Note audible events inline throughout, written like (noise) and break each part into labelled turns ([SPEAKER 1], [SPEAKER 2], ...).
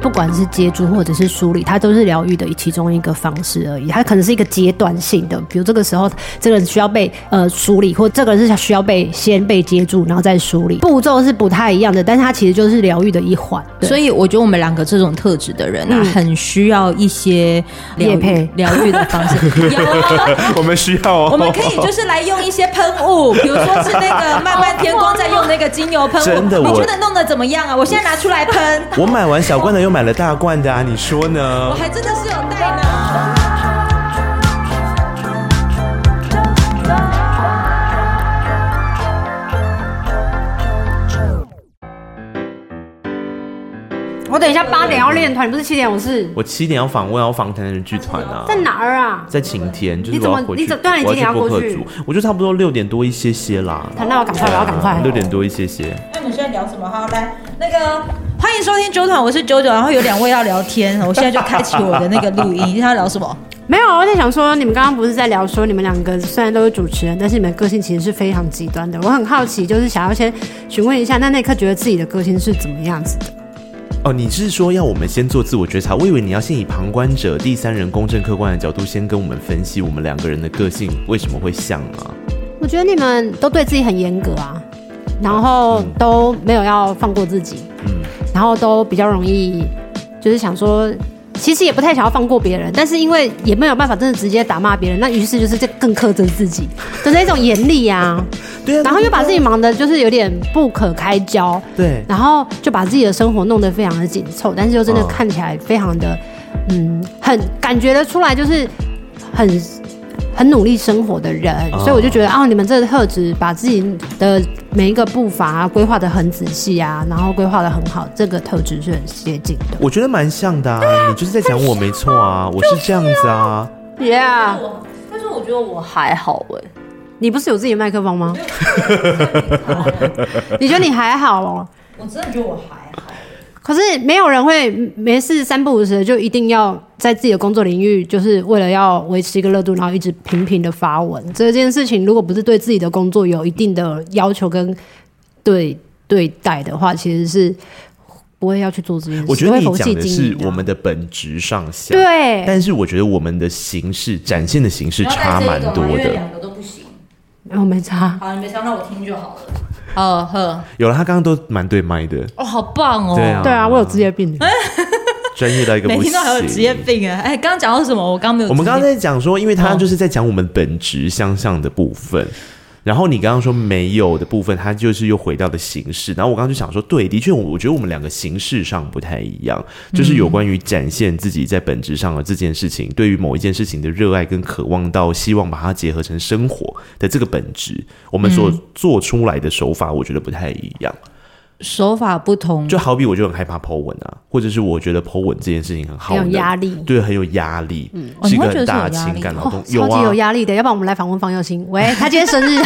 [SPEAKER 1] 不管是接触或者是梳理，它都是疗愈的其中一个方式而已。它可能是一个阶段性的，比如这个时候这个人需要被呃梳理，或这个人是需要被先被接住，然后再梳理，步骤是不太一样的，但是它其实就是疗愈的一环。
[SPEAKER 2] 所
[SPEAKER 1] 以
[SPEAKER 2] 以我觉得我们两个这种特质的人啊，
[SPEAKER 1] 嗯
[SPEAKER 2] 很需要一些疗
[SPEAKER 1] 业
[SPEAKER 2] 愈
[SPEAKER 1] 配
[SPEAKER 2] 疗愈的方
[SPEAKER 3] (laughs)
[SPEAKER 2] 式。有啊，
[SPEAKER 3] 我们需要哦，
[SPEAKER 2] 我们可以就是来用一些喷雾，比如说是那个漫漫天光在用那个精油喷雾，
[SPEAKER 3] 真的
[SPEAKER 2] 你
[SPEAKER 3] 我
[SPEAKER 2] 觉得弄得怎么样啊？我现在拿出来喷，
[SPEAKER 3] 我买完小罐的又买了大罐的啊，你说
[SPEAKER 2] 我
[SPEAKER 3] 呢？
[SPEAKER 2] 还真的是有带呢。
[SPEAKER 1] 我等一下八点要练团，不是七点，我是
[SPEAKER 3] 我七点要访问，要访谈的剧团啊，
[SPEAKER 1] 在哪儿啊？
[SPEAKER 3] 在晴天，就是
[SPEAKER 1] 你怎
[SPEAKER 3] 我
[SPEAKER 1] 么
[SPEAKER 3] 要回
[SPEAKER 1] 你
[SPEAKER 3] 去，
[SPEAKER 1] 怎对啊你
[SPEAKER 3] 我
[SPEAKER 1] 几点
[SPEAKER 3] 要
[SPEAKER 1] 要过
[SPEAKER 3] 去播客
[SPEAKER 1] 去
[SPEAKER 3] 组，我就差不多六点多一些些啦。
[SPEAKER 1] 好，那我赶快，我要赶快。
[SPEAKER 3] 六点多一些些，
[SPEAKER 2] 那我们现在聊什么？好，来那个。欢迎收听九团，我是九九，然后有两位要聊天，我现在就开启我的那个录音，你要聊什么？
[SPEAKER 4] 没有，我在想说，你们刚刚不是在聊说你们两个虽然都是主持人，但是你们个性其实是非常极端的。我很好奇，就是想要先询问一下，那那一刻觉得自己的个性是怎么样子的？
[SPEAKER 3] 哦，你是说要我们先做自我觉察？我以为你要先以旁观者、第三人、公正客观的角度，先跟我们分析我们两个人的个性为什么会像啊？
[SPEAKER 4] 我觉得你们都对自己很严格啊，然后都没有要放过自己，
[SPEAKER 3] 嗯
[SPEAKER 4] 然后都比较容易，就是想说。其实也不太想要放过别人，但是因为也没有办法真的直接打骂别人，那于是就是这更苛责自己的那种严厉啊，
[SPEAKER 3] 对啊，
[SPEAKER 4] 然后又把自己忙得就是有点不可开交，
[SPEAKER 3] 对，
[SPEAKER 4] 然后就把自己的生活弄得非常的紧凑，但是又真的
[SPEAKER 3] 嗯
[SPEAKER 4] 看起来非常的，嗯，很感觉得出来，就是很很努力生活的人，
[SPEAKER 3] 嗯
[SPEAKER 4] 所以我就觉得啊，你们这个特质把自己的每一个步伐啊规划的很仔细啊，然后规划的很好，这个特质是很接近的。
[SPEAKER 3] 我觉得蛮像的啊，你就是在讲我没错啊，我是这样子啊。
[SPEAKER 4] Yeah，
[SPEAKER 5] 但是我觉得我还好哎、
[SPEAKER 4] (laughs) 你不是有自己的麦克
[SPEAKER 3] (laughs)
[SPEAKER 4] 风吗？你觉得你还好哦？
[SPEAKER 2] 我真的觉得我还好。
[SPEAKER 4] 可是没有人会没事三不五时就一定要在自己的工作领域，就是为了要维持一个热度，然后一直频频的发文。这件事情如果不是对自己的工作有一定的要求跟对对待的话，其实是不会要去做这件事。
[SPEAKER 3] 我觉得
[SPEAKER 4] 会
[SPEAKER 3] 你
[SPEAKER 4] 佛
[SPEAKER 3] 讲
[SPEAKER 4] 系
[SPEAKER 3] 的
[SPEAKER 4] 经
[SPEAKER 3] 是
[SPEAKER 4] 营啊
[SPEAKER 3] 我们的本质上下，
[SPEAKER 4] 对
[SPEAKER 3] 但是我觉得我们的形式展现的形式差蛮多
[SPEAKER 5] 因为
[SPEAKER 3] 的。
[SPEAKER 5] 两个都不行。
[SPEAKER 4] 我哦没差。
[SPEAKER 5] 好，你没想到我听就好了。
[SPEAKER 2] 哦呵，
[SPEAKER 3] 有了，他刚刚都蛮对麦的，
[SPEAKER 2] 哦好棒哦！
[SPEAKER 3] 对啊，
[SPEAKER 4] 对啊，我有职业病，
[SPEAKER 3] 专业到一个
[SPEAKER 2] 每
[SPEAKER 3] 不
[SPEAKER 2] 天
[SPEAKER 3] 行
[SPEAKER 2] 都。还有职业病哎！哎，刚刚讲到什么？我刚刚没有。
[SPEAKER 3] 我们刚刚在讲说，因为他
[SPEAKER 2] 哦
[SPEAKER 3] 就是在讲我们本质相像的部分。然后你刚刚说没有的部分，他就是又回到了形式。然后我刚刚就想说，对，的确，我我觉得我们两个形式上不太一样，就是有关于展现自己在本质上的这件事情，对于某一件事情的热爱跟渴望，到希望把它结合成生活的这个本质，我们所
[SPEAKER 2] 嗯
[SPEAKER 3] 做出来的手法，我觉得不太一样。
[SPEAKER 2] 手法不同，
[SPEAKER 3] 就好比我就很害怕 Po 文啊，或者是我觉得 Po 文这件事情很好
[SPEAKER 4] 很
[SPEAKER 3] 弄，
[SPEAKER 4] 有压力嗯
[SPEAKER 3] 对，很有压力，
[SPEAKER 2] 哦
[SPEAKER 3] 是一
[SPEAKER 2] 你会
[SPEAKER 3] 个
[SPEAKER 2] 觉得是
[SPEAKER 3] 很大
[SPEAKER 2] 有
[SPEAKER 3] 的
[SPEAKER 2] 压力
[SPEAKER 3] 情感劳动
[SPEAKER 4] 哦，超级有
[SPEAKER 3] 啊。
[SPEAKER 4] 压力的。要不然我们来访问方
[SPEAKER 3] (laughs)
[SPEAKER 4] 佑兴，喂，他今天生日，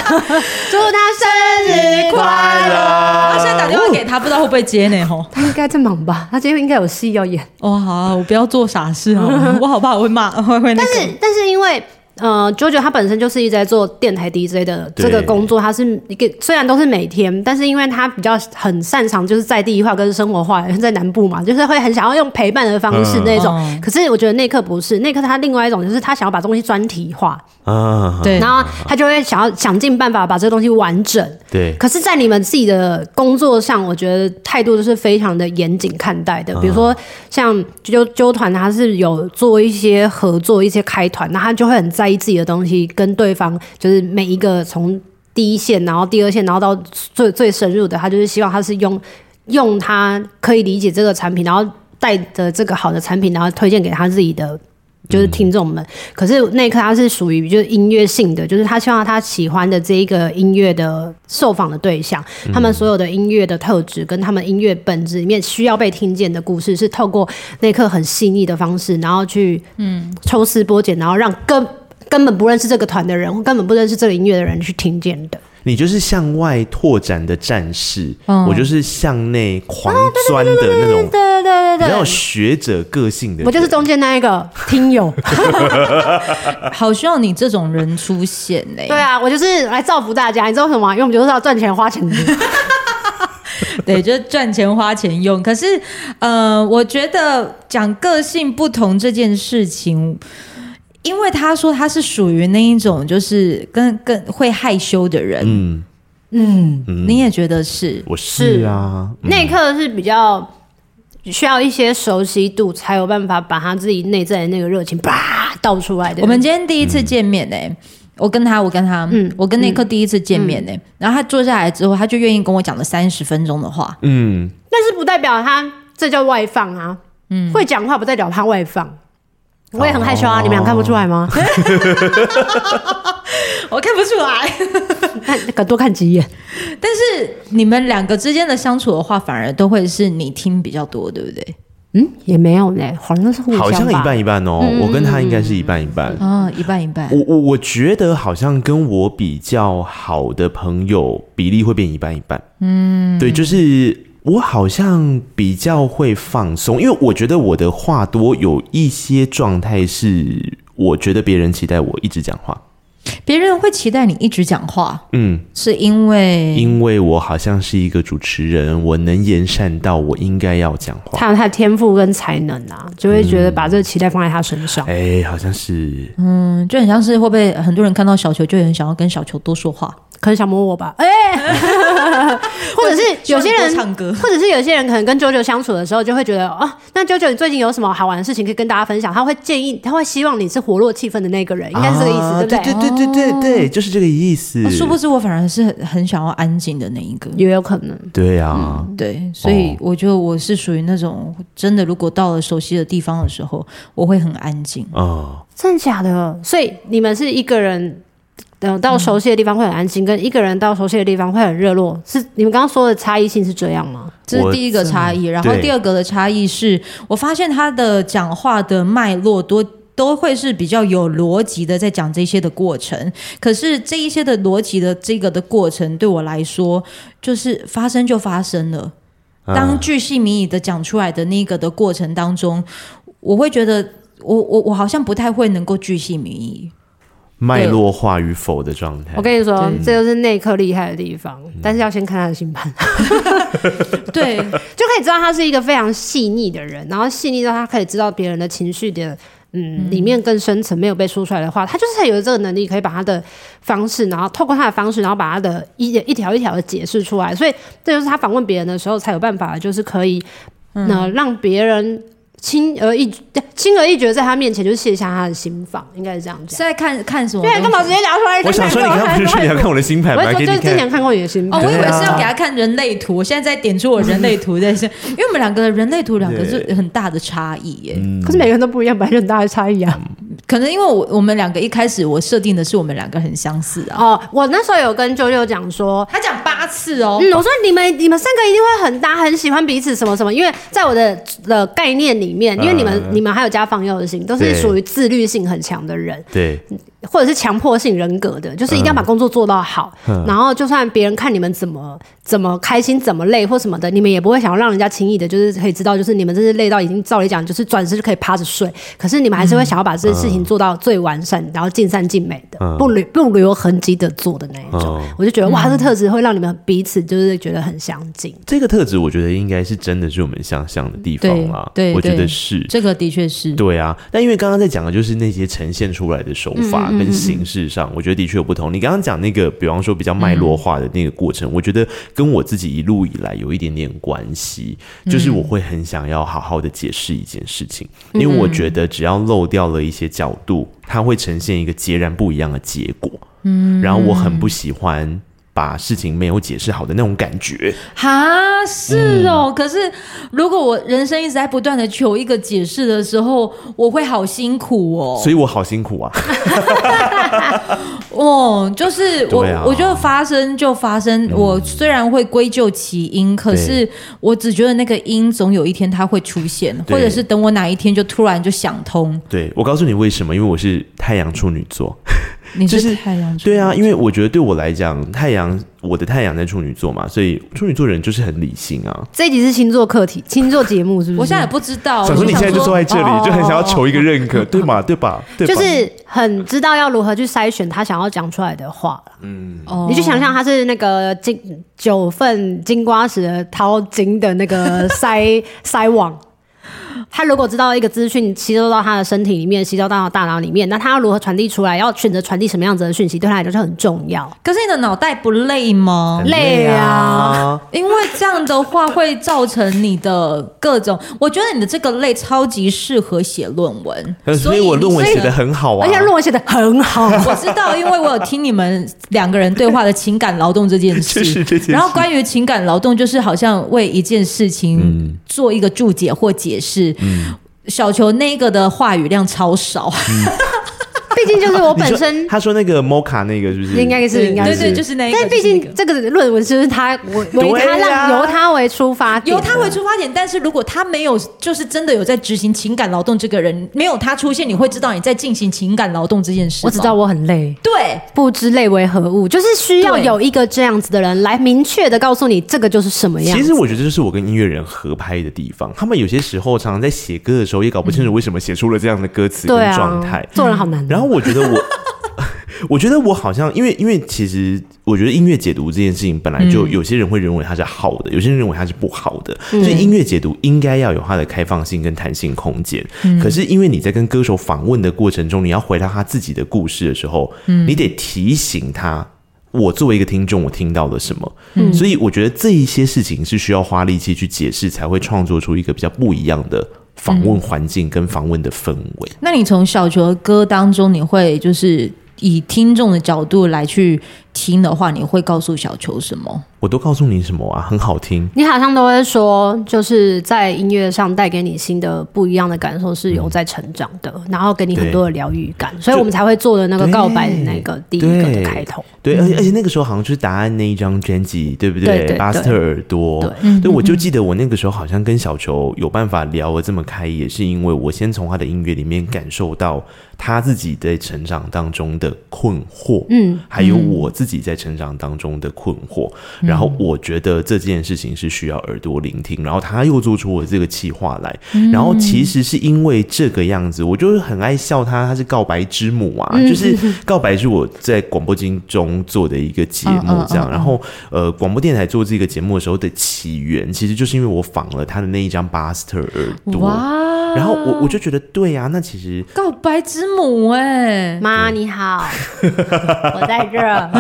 [SPEAKER 4] 祝他生日快
[SPEAKER 3] 快
[SPEAKER 4] 乐。
[SPEAKER 3] 乐
[SPEAKER 2] 他现在打电话给他，不知道会不会接呢？吼，
[SPEAKER 4] 他应该在忙吧？他今天应该有戏要演。
[SPEAKER 2] 哦，好啊，我不要做傻事 (laughs) 哦，我好怕我会骂，会会那
[SPEAKER 4] 但是
[SPEAKER 2] 个。
[SPEAKER 4] 但是因为呃，JoJo 他本身就是一直在做电台 DJ 的
[SPEAKER 3] 对
[SPEAKER 4] 这个工作，他是一个虽然都是每天，但是因为他比较很擅长就是在地化跟生活化， (laughs) 在南部嘛，就是会很想要用陪伴的方式
[SPEAKER 3] 嗯
[SPEAKER 4] 那种。
[SPEAKER 2] 哦
[SPEAKER 4] 可是我觉得那一刻不是，那一刻他另外一种就是他想要把东西专题化，
[SPEAKER 3] 啊，
[SPEAKER 2] 对
[SPEAKER 4] 然，后他就会想要想尽办法把这个东西完整。
[SPEAKER 3] 对，
[SPEAKER 4] 可是，在你们自己的工作上，我觉得态度都是非常的严谨看待的。比如说，像纠纠团，他是有做一些合作、一些开团，那他就会很在意自己的东西，跟对方就是每一个从第一线，然后第二线，然后到最最深入的，他就是希望他是用用他可以理解这个产品，然后带着这个好的产品，然后推荐给他自己的。就是听众们，可是那一刻他是属于就是音乐性的，就是他希望他喜欢的这一个音乐的受访的对象，他们所有的音乐的特质跟他们音乐本质里面需要被听见的故事，是透过那一刻很细腻的方式，然后去嗯抽丝剥茧，然后让根根本不认识这个团的人，或根本不认识这个音乐的人去听见的。
[SPEAKER 3] 你就是向外拓展的战士，
[SPEAKER 2] 嗯
[SPEAKER 3] 我就是向内狂钻的那种
[SPEAKER 4] 啊对对
[SPEAKER 3] 比较有学者个性的人，
[SPEAKER 4] 我就是中间那一个听友。
[SPEAKER 2] 好需要你这种人出现呢。
[SPEAKER 4] 对啊，我就是来造福大家，你知道为什么吗？因为我们就是要赚钱花钱的。
[SPEAKER 2] 对，就是赚钱花钱用。可是，呃，我觉得讲个性不同这件事情，因为他说他是属于那一种就是跟跟会害羞的人，
[SPEAKER 3] 嗯，
[SPEAKER 2] 嗯，你也觉得是，
[SPEAKER 3] 我是啊，嗯
[SPEAKER 4] 那一刻是比较需要一些熟悉度，才有办法把他自己内在的那个热情叭倒出来的。
[SPEAKER 2] 我们今天第一次见面呢、我跟他，我跟他，
[SPEAKER 4] 嗯
[SPEAKER 2] 我跟那刻第一次见面呢、然后他坐下来之后，他就愿意跟我讲了三十分钟的话。
[SPEAKER 3] 嗯，
[SPEAKER 4] 但是不代表他这叫外放啊，嗯，会讲话不代表他外放。我也很害羞啊，
[SPEAKER 3] 哦
[SPEAKER 4] 你们俩看不出来吗？
[SPEAKER 2] (laughs) 我看不出来，
[SPEAKER 4] 看多看几眼，
[SPEAKER 2] 但是你们两个之间的相处的话，反而都会是你听比较多，对不对？
[SPEAKER 4] 嗯，也没有呢，好像是互
[SPEAKER 3] 好
[SPEAKER 4] 相
[SPEAKER 3] 像一
[SPEAKER 4] 吧。
[SPEAKER 3] 半一半哦，
[SPEAKER 4] 嗯
[SPEAKER 3] 我跟他应该是一半一半。
[SPEAKER 2] 啊、一半一半。
[SPEAKER 3] 我我我觉得好像跟我比较好的朋友比例会变一半一半。嗯，对，就是我好像比较会放松，因为我觉得我的话多有一些状态是，我觉得别人期待我一直讲话。
[SPEAKER 2] 别人会期待你一直讲话，
[SPEAKER 3] 嗯，
[SPEAKER 2] 是因
[SPEAKER 4] 嗯
[SPEAKER 2] 为
[SPEAKER 3] 因为我好像是一个主持人，我能言善道，我应该要讲话。
[SPEAKER 4] 他有他的天赋跟才能啊，就会觉得把这个期待放在他身上。
[SPEAKER 3] 哎，好像是
[SPEAKER 2] 嗯，就很像是会不会很多人看到小球就很想要跟小球多说话，
[SPEAKER 4] 可能想摸我吧，
[SPEAKER 2] (laughs)
[SPEAKER 4] 哎、或者是有
[SPEAKER 2] 希望
[SPEAKER 4] 些
[SPEAKER 2] 你
[SPEAKER 4] 人
[SPEAKER 2] 多唱歌
[SPEAKER 4] 或者是有些人可能跟九九相处的时候，就会觉得哦，那九九你最近有什么好玩的事情可以跟大家分享？他会建议，他会希望你是活络气氛的那个人，应该是这个意思，
[SPEAKER 3] 啊
[SPEAKER 4] 对不哦
[SPEAKER 3] 对对对对对，就是这个意思
[SPEAKER 2] 啊。殊不知我反而是很很想要安静的那一个。
[SPEAKER 4] 也有可能，
[SPEAKER 3] 对啊，
[SPEAKER 2] 对，所以我觉得我是属于那种真的，如果到了熟悉的地方的时候，我会很安
[SPEAKER 4] 嗯
[SPEAKER 2] 静。
[SPEAKER 3] 哦，
[SPEAKER 4] 真的假的？所以你们是一个人。等到熟悉的地方会很安心，跟一个人到熟悉的地方会很热络，是你们刚刚说的差异性是这样吗？
[SPEAKER 2] 这是第一个差异，然后
[SPEAKER 3] 对
[SPEAKER 2] 第二个的差异是我发现他的讲话的脉络多。都会是比较有逻辑的，在讲这些的过程。可是这一些的逻辑的这个的过程，对我来说，就是发生就发生了。
[SPEAKER 3] 啊嗯
[SPEAKER 2] 当巨细靡遗的讲出来的那个的过程当中，我会觉得我我我好像不太会能够巨细靡遗。
[SPEAKER 3] 脉络化与否的状态。
[SPEAKER 4] 我跟你说
[SPEAKER 2] 哎对，嗯
[SPEAKER 4] 这就是内科厉害的地方，但是要先看他的星
[SPEAKER 2] (laughs)
[SPEAKER 4] 盘。
[SPEAKER 2] 对，
[SPEAKER 4] 就可以知道他是一个非常细腻的人，然后细腻到他可以知道别人的情绪的，嗯，里面更深层没有被说出来的话，他就是有这个能力，可以把他的方式，然后透过他的方式，然后把他的一一条一条的解释出来，所以这就是他访问别人的时候才有办法，就是可以
[SPEAKER 2] 嗯
[SPEAKER 4] 那、让别人。轻而易轻而易举，在他面前就卸下他的心防，应该是这样
[SPEAKER 2] 是
[SPEAKER 4] 讲。
[SPEAKER 2] 在看看什么
[SPEAKER 4] 对
[SPEAKER 2] 东西？
[SPEAKER 4] 啊，干嘛直接拿出来？
[SPEAKER 3] 我想说，你刚
[SPEAKER 4] (laughs)
[SPEAKER 3] 刚不是说你要看我的星盘
[SPEAKER 4] 我
[SPEAKER 3] 吗？
[SPEAKER 4] 是说，
[SPEAKER 3] 给
[SPEAKER 4] 就
[SPEAKER 3] 你
[SPEAKER 4] 是之前
[SPEAKER 3] 看。
[SPEAKER 4] 看过你的新
[SPEAKER 2] 哦，
[SPEAKER 4] 闻，
[SPEAKER 2] 我以为
[SPEAKER 3] 对啊
[SPEAKER 2] 是要给他看人类图，我现在在点出我人类图在线，因为我们两个的人类图两个是很大的差异耶。
[SPEAKER 3] 嗯
[SPEAKER 4] 可是每个人都不一样，本来就很大的差异啊。
[SPEAKER 2] 可能因为我我们两个一开始我设定的是我们两个很相似啊。
[SPEAKER 4] (laughs) 哦，我那时候有跟九九讲说，
[SPEAKER 2] 他讲八次哦，
[SPEAKER 4] 嗯，我说你们你们三个一定会很搭，很喜欢彼此什么什么，因为在我的的概念里面，因为你们、
[SPEAKER 3] 嗯
[SPEAKER 4] 你们还有加防幼的心，都是
[SPEAKER 3] 对
[SPEAKER 4] 属于自律性很强的人，
[SPEAKER 3] 对，
[SPEAKER 4] 或者是强迫性人格的，就是一定要把工作做到好，
[SPEAKER 3] 嗯
[SPEAKER 4] 然后就算别人看你们怎么怎么开心、怎么累或什么的，你们也不会想要让人家轻易的，就是可以知道，就是你们真是累到已经照理讲就是转身就可以趴着睡，可是你们还是会想要把这件事情做到最完善，然后尽善尽美的，
[SPEAKER 3] 嗯
[SPEAKER 4] 不留不留痕迹的做的那一种。
[SPEAKER 3] 哦
[SPEAKER 4] 我就觉得哇，这特质会让你们彼此就是觉得很相近。
[SPEAKER 3] 这个特质，我觉得应该是真的是我们相像的地方啦。
[SPEAKER 2] 对对
[SPEAKER 3] 我觉
[SPEAKER 2] 对
[SPEAKER 3] 得是。
[SPEAKER 2] 这个的确是。
[SPEAKER 3] 对啊，但因为刚刚在讲的就是那些呈现出来的手法跟形式上，我觉得的确有不同。你刚刚讲那个，比方说比较脉络化的那个过程，我觉得跟我自己一路以来有一点点关系，就是我会很想要好好的解释一件事情，因为我觉得只要漏掉了一些角度，它会呈现一个截然不一样的结果。嗯，然后我很不喜欢把事情没有解释好的那种感觉。
[SPEAKER 2] 哈，是哦。
[SPEAKER 3] 嗯
[SPEAKER 2] 可是如果我人生一直在不断的求一个解释的时候，我会好辛苦哦。
[SPEAKER 3] 所以我好辛苦啊！
[SPEAKER 2] 哦，就是我，
[SPEAKER 3] 对啊嗯
[SPEAKER 2] 我觉得发生就发生。我虽然会归咎其因，可是我只觉得那个因总有一天它会出现，
[SPEAKER 3] 对
[SPEAKER 2] 或者是等我哪一天就突然就想通。
[SPEAKER 3] 对我告诉你为什么，因为我是太阳处女座。
[SPEAKER 2] 你
[SPEAKER 3] 就是
[SPEAKER 2] 太阳，
[SPEAKER 3] 对啊，因为我觉得对我来讲，太阳，我的太阳在处女座嘛，所以处女座人就是很理性啊。
[SPEAKER 4] 这一集是星座课题，星座节目是不是？
[SPEAKER 2] 我现在也不知
[SPEAKER 4] 哦
[SPEAKER 2] 道，
[SPEAKER 3] 想说
[SPEAKER 2] 我
[SPEAKER 3] 你现在就坐在这里，就很想要求一个认可，对 (laughs) 嘛？对吧？对吧？
[SPEAKER 4] 就是很知道要如何去筛选他想要讲出来的话了。
[SPEAKER 2] 哦
[SPEAKER 4] 你去想象他是那个金九份金瓜石的淘金的那
[SPEAKER 2] (laughs)
[SPEAKER 4] 个筛筛网。他如果知道一个资讯吸收到他的身体里面，吸收到大脑里面，那他要如何传递出来？要选择传递什么样子的讯息，对他来说就很重要。
[SPEAKER 2] 可是你的脑袋不累吗？
[SPEAKER 3] 很
[SPEAKER 4] 累
[SPEAKER 3] 啊
[SPEAKER 4] 啊，
[SPEAKER 2] 因为这样的话会造成你的各种，我觉得你的这个类超级适合写论文
[SPEAKER 3] 呃，所以
[SPEAKER 2] 你
[SPEAKER 3] 我论文
[SPEAKER 2] 所以
[SPEAKER 3] 写的很好啊
[SPEAKER 4] 而。且论文写的
[SPEAKER 2] (laughs)
[SPEAKER 4] 很好，
[SPEAKER 2] 我知道，因为我有听你们两个人对话的情感劳动这件事。
[SPEAKER 3] 就是这件事
[SPEAKER 2] 然后关于情感劳动，就是好像为一件事
[SPEAKER 3] 嗯
[SPEAKER 2] 情做一个注解或解释。小球那个的话语量超少，
[SPEAKER 4] 毕竟就是我
[SPEAKER 3] 你
[SPEAKER 4] 本
[SPEAKER 3] 说
[SPEAKER 4] 身
[SPEAKER 3] 他说那个 mocha 那个是不是？
[SPEAKER 4] 应该是应该
[SPEAKER 2] 对
[SPEAKER 4] 是。
[SPEAKER 2] 对，就是那一个。
[SPEAKER 4] (laughs) 但毕竟这个论文就是他，我为他
[SPEAKER 3] 对呀
[SPEAKER 4] 让由他为出发点啊
[SPEAKER 2] 由
[SPEAKER 4] 的，
[SPEAKER 2] 他为出发点，但是如果他没有，就是真的有在执行情感劳动，这个人没有他出现，你会知道你在进行情感劳动这件事。
[SPEAKER 4] 我只知道，我很累，
[SPEAKER 2] 对，
[SPEAKER 4] 不知类为何物，就是需要
[SPEAKER 2] 对
[SPEAKER 4] 有一个这样子的人来明确的告诉你这个就是什么样
[SPEAKER 3] 其。实我觉得这是我跟音乐人合拍的地方，他们有些时候常常在写歌的时候也搞不清
[SPEAKER 4] 嗯
[SPEAKER 3] 楚为什么写出了这样的歌词跟
[SPEAKER 4] 对啊，
[SPEAKER 3] 状态。
[SPEAKER 4] 做人好难。哦
[SPEAKER 3] 然后我觉得
[SPEAKER 4] (laughs)
[SPEAKER 3] 我，我觉得我好像因为因为其实我觉得音乐解读这件事情本来
[SPEAKER 4] 嗯
[SPEAKER 3] 就有些人会认为它是好的，有些人认为它是不好的，所以音乐解读应该要有它的开放性跟弹性空间。
[SPEAKER 4] 嗯
[SPEAKER 3] 可是因为你在跟歌手访问的过程中，你要回到他自己的故事的时候，
[SPEAKER 4] 嗯
[SPEAKER 3] 你得提醒他。我作为一个听众，我听到了什么？
[SPEAKER 4] 嗯
[SPEAKER 3] 所以我觉得这一些事情是需要花力气去解释，才会创作出一个比较不一样的访问环境跟访问的氛围。
[SPEAKER 2] 那你从小球的歌当中，你会就是以听众的角度来去听的话，你会告诉小球什么？
[SPEAKER 3] 我都告诉你什么啊，很好听。
[SPEAKER 4] 你好像都会说，就是在音乐上带给你新的不一样的感受是有在成长的，然后给你很多的疗愈感，所以我们才会做的那个
[SPEAKER 3] 嗯对
[SPEAKER 4] 告白的那个第一个的开头。嗯
[SPEAKER 3] 对，而且而且那个时候好像就是答案那一张专辑，对不
[SPEAKER 4] 对对对
[SPEAKER 3] 巴斯特耳朵。
[SPEAKER 4] 对
[SPEAKER 3] 我就记得我那个时候好像跟小球有办法聊得这么开，也是因为我先从他的音乐里面感受到他自己在成长当中的困惑，嗯，还有我自己在成长当中的困惑。然后我觉得这件事情是需要耳朵聆听，然后他又做出我这个企划来，然后其实是因为这个样子，我就是很爱笑他，他是告白之母啊，就是告白是我在广播剧中做的一个节目，这样。然后呃，广播电台做这个节目的时候的起源，其实就是因为我仿了他的那一张巴斯特耳朵，
[SPEAKER 2] 哇！
[SPEAKER 3] 然后我我就觉得对啊，那其实
[SPEAKER 2] 告白之母哎、
[SPEAKER 4] 妈你好，我在这儿。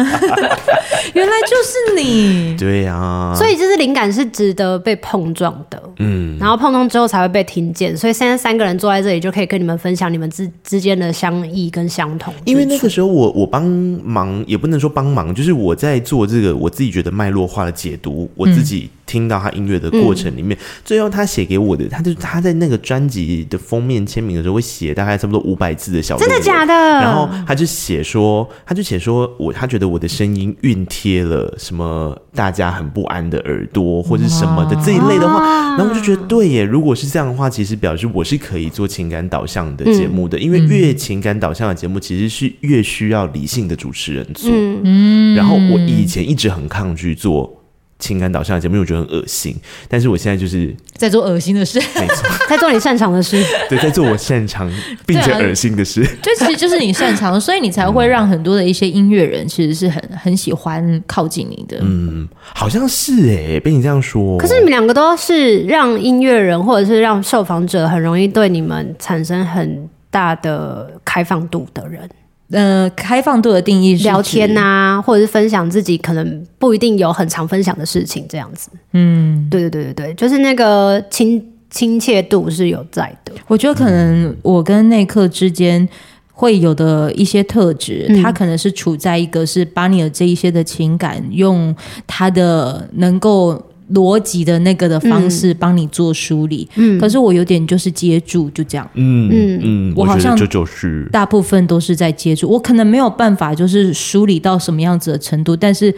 [SPEAKER 3] (laughs)
[SPEAKER 2] 原来就是你。
[SPEAKER 3] 对啊，
[SPEAKER 4] 所以就是灵感是值得被碰撞的，
[SPEAKER 3] 嗯
[SPEAKER 4] 嗯，然后碰撞之后才会被听见。所以现在三个人坐在这里，就可以跟你们分享你们之之间的相异跟相同之处。
[SPEAKER 3] 因为那个时候我我帮忙也不能说帮忙，就是我在做这个我自己觉得脉络化的解读，我自己听到他音乐的过程里
[SPEAKER 4] 嗯
[SPEAKER 3] 面，最后他写给我的，他就他在那个专辑的封面签名的时候会写大概差不多五百字的小，
[SPEAKER 4] 真的假的？？
[SPEAKER 3] 然后他就写说，他就写说我他觉得我的声音熨贴了什么大家很不安的耳朵或者什么的这一类的话，然后我就觉得对耶，如果是这样的话，其实表示我是可以做情感导向的节目的，因为越情感导向的节目其实是越需要理性的主持人做。嗯，然后我以前一直很抗拒做。情感导向的节目，因为我觉得很恶心，但是我现在就是
[SPEAKER 2] (laughs) 在做恶心的事，
[SPEAKER 3] 没错，
[SPEAKER 4] 在做你擅长的事，
[SPEAKER 3] 对，在做我擅长并且
[SPEAKER 2] 对啊
[SPEAKER 3] 恶心的事。
[SPEAKER 2] (laughs) 就其实就是你擅长的，所以你才会让很多的一些音乐人其实是很很喜欢靠近你的。
[SPEAKER 3] 嗯，好像是哎、被你这样说，
[SPEAKER 4] 可是你们两个都是让音乐人或者是让受访者很容易对你们产生很大的开放度的人，
[SPEAKER 2] 呃，开放度的定义是
[SPEAKER 4] 聊天
[SPEAKER 2] 呐、
[SPEAKER 4] 啊呐、或者是分享自己可能不一定有很常分享的事情，这样子。嗯，对对对对对，就是那个亲亲切度是有在的。
[SPEAKER 2] 我觉得可能我跟内克之间会有的一些特质，他可能是处在一个是把你的这一些的情感，用他的能够逻辑的那个的方式帮你做梳理。嗯，可是我有点就是接住，就这样。
[SPEAKER 3] 嗯嗯，
[SPEAKER 2] 我好
[SPEAKER 3] 觉得
[SPEAKER 2] 像
[SPEAKER 3] 这 (laughs) 就是
[SPEAKER 2] 大部分都是在接触，我可能没有办法就是梳理到什么样子的程度，但是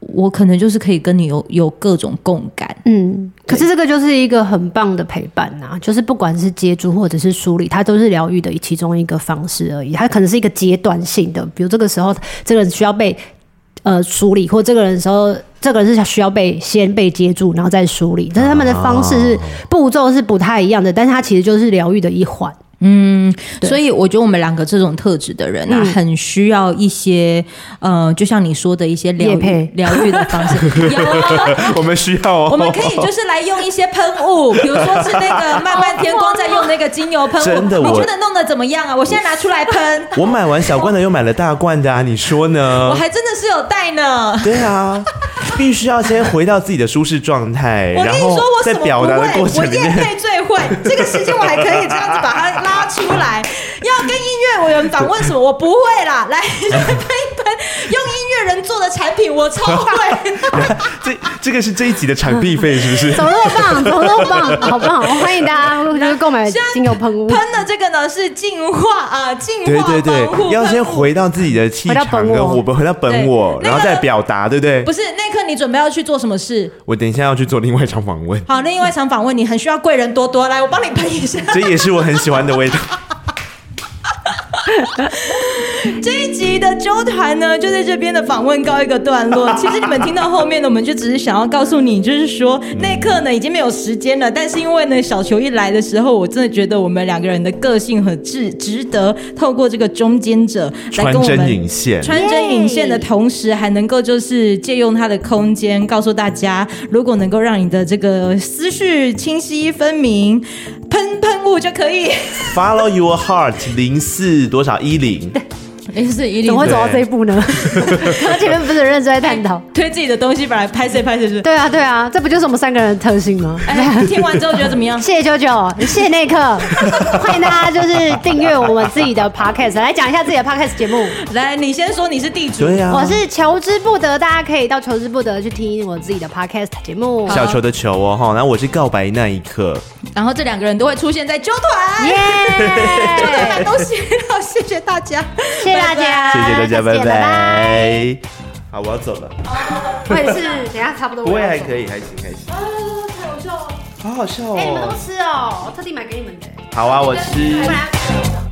[SPEAKER 2] 我可能就是可以跟你有有各种共感。
[SPEAKER 4] 嗯，可是这个就是一个很棒的陪伴
[SPEAKER 1] 啊
[SPEAKER 4] 呐、就是不管是接触或者是梳理，它都是疗愈的其中一个方式而已。它可能是一个阶段性的，比如这个时候这个人需要被。
[SPEAKER 1] 呃梳理或这个人的时候，这个人是需要被先被接住，然后再梳理。但是他们的方式是、步骤是不太一样的，但是它其实就是疗愈的一环。对
[SPEAKER 2] 所以我觉得我们两个这种特质的人
[SPEAKER 3] 嗯
[SPEAKER 2] 啊，很需要一些呃，就像你说的一些疗
[SPEAKER 1] 业配
[SPEAKER 2] 愈疗愈的方
[SPEAKER 3] (laughs)
[SPEAKER 2] 式。有啊，
[SPEAKER 3] 我们需要哦，
[SPEAKER 2] 我们 (laughs) 可以就是来用一些喷雾，比如说是那个漫漫天光在用那个精油喷雾，
[SPEAKER 3] 真的
[SPEAKER 2] 你
[SPEAKER 3] 我嗯
[SPEAKER 2] 觉得弄得怎么样啊？我现在拿出来喷，
[SPEAKER 3] 我买完小罐的又买了大
[SPEAKER 2] (laughs)
[SPEAKER 3] 罐的啊，你说
[SPEAKER 2] 我
[SPEAKER 3] 呢？
[SPEAKER 2] 还真的是有带呢。
[SPEAKER 3] 对啊，必须要先回到自己的舒适状态，
[SPEAKER 2] (laughs) 我跟
[SPEAKER 3] 然
[SPEAKER 2] 你
[SPEAKER 3] 后
[SPEAKER 2] 说，我
[SPEAKER 3] 在
[SPEAKER 2] 什么
[SPEAKER 3] 表达
[SPEAKER 2] 不
[SPEAKER 3] 的
[SPEAKER 2] 会，
[SPEAKER 3] 过
[SPEAKER 2] 我
[SPEAKER 3] 程里
[SPEAKER 2] 夜
[SPEAKER 3] 面，
[SPEAKER 2] 配最
[SPEAKER 3] (laughs)
[SPEAKER 2] 会。这个时间我还可以这样子把它拉出来。要跟音乐委员访问什么，我不会啦。来 (laughs) 喷一喷，用音乐人做的产品，我超
[SPEAKER 3] (laughs)
[SPEAKER 2] 会。
[SPEAKER 3] 这这个是这一集的产品
[SPEAKER 2] (laughs)
[SPEAKER 3] 费是不是？
[SPEAKER 4] 怎么那么棒？怎么那么棒？好棒！我欢迎大家就是购买精油喷雾。
[SPEAKER 2] 喷的这个呢是净化啊，净
[SPEAKER 3] (laughs) 对
[SPEAKER 2] 化
[SPEAKER 3] 对对
[SPEAKER 2] 防护，
[SPEAKER 3] 要
[SPEAKER 2] 喷
[SPEAKER 3] 先
[SPEAKER 2] 雾
[SPEAKER 3] 回到自己的气
[SPEAKER 4] 回到
[SPEAKER 3] 场
[SPEAKER 4] 本
[SPEAKER 3] 跟
[SPEAKER 4] 我
[SPEAKER 3] 我们回到本
[SPEAKER 2] 对
[SPEAKER 3] 我，
[SPEAKER 2] 那
[SPEAKER 3] 然后
[SPEAKER 2] 个
[SPEAKER 3] 再表达，对不对
[SPEAKER 2] 不？是那一刻你准备要去做什么事？
[SPEAKER 3] 我等一下要去做另外一场访
[SPEAKER 2] (laughs)
[SPEAKER 3] 问，
[SPEAKER 2] 好，另外一场访问你很需要贵人多多来，我帮你喷一下。
[SPEAKER 3] 这也是我很喜欢的味道。
[SPEAKER 2] 这一集的纠团呢，就在这边的访问告一个段 (laughs) 落。其实你们听到后面呢，我们就只是想要告诉你，就是说那一刻呢已经没有时间了。但是因为呢，小球一来的时候，我真的觉得我们两个人的个性很值值得透过这个中间者来
[SPEAKER 3] 穿
[SPEAKER 2] 跟我
[SPEAKER 3] 针
[SPEAKER 2] 们
[SPEAKER 3] 引线，
[SPEAKER 2] 穿针引线的同时，还能够就是借用它的空间，告诉大家，如果能够让你的这个思绪清晰分明，喷喷雾就可以。
[SPEAKER 3] Follow your heart 零四多少一零，
[SPEAKER 2] (laughs) 也是一
[SPEAKER 4] 怎么会走到这一步呢？他前面不是很认真在探讨？
[SPEAKER 2] 推自己的东西，本来拍谁拍谁是。
[SPEAKER 4] 对啊，对啊，这不就是我们三个人的特性吗？
[SPEAKER 2] 哎，听完之后觉得怎么样？ (laughs)
[SPEAKER 4] 谢谢九九，谢谢内克， (laughs) 欢迎大家就是订阅我们自己的 podcast，来讲一下自己的 podcast 节目。
[SPEAKER 2] 来，你先说你是地主，
[SPEAKER 3] 对啊呀、
[SPEAKER 4] 我是求之不得，大家可以到求之不得去听我自己的 podcast 节目。
[SPEAKER 3] 小球的球哦哈，然后我是告白那一刻，
[SPEAKER 2] 然后这两个人都会出现在纠团，
[SPEAKER 4] 耶！
[SPEAKER 2] 纠团版都写到，谢谢大家，
[SPEAKER 4] 谢谢大家，
[SPEAKER 3] 谢谢大家，拜
[SPEAKER 4] 啊拜拜。
[SPEAKER 3] 拜。好，我要走了。
[SPEAKER 4] 我也是，等一下差不多。
[SPEAKER 3] 不会还
[SPEAKER 4] 以。
[SPEAKER 3] 可以，还行还行，
[SPEAKER 2] 太好笑了。
[SPEAKER 3] 好好笑
[SPEAKER 4] 哎，你们都
[SPEAKER 3] 哦。
[SPEAKER 4] 吃哦，我特地买给你们的。
[SPEAKER 3] 好啊，我吃。
[SPEAKER 4] 不然。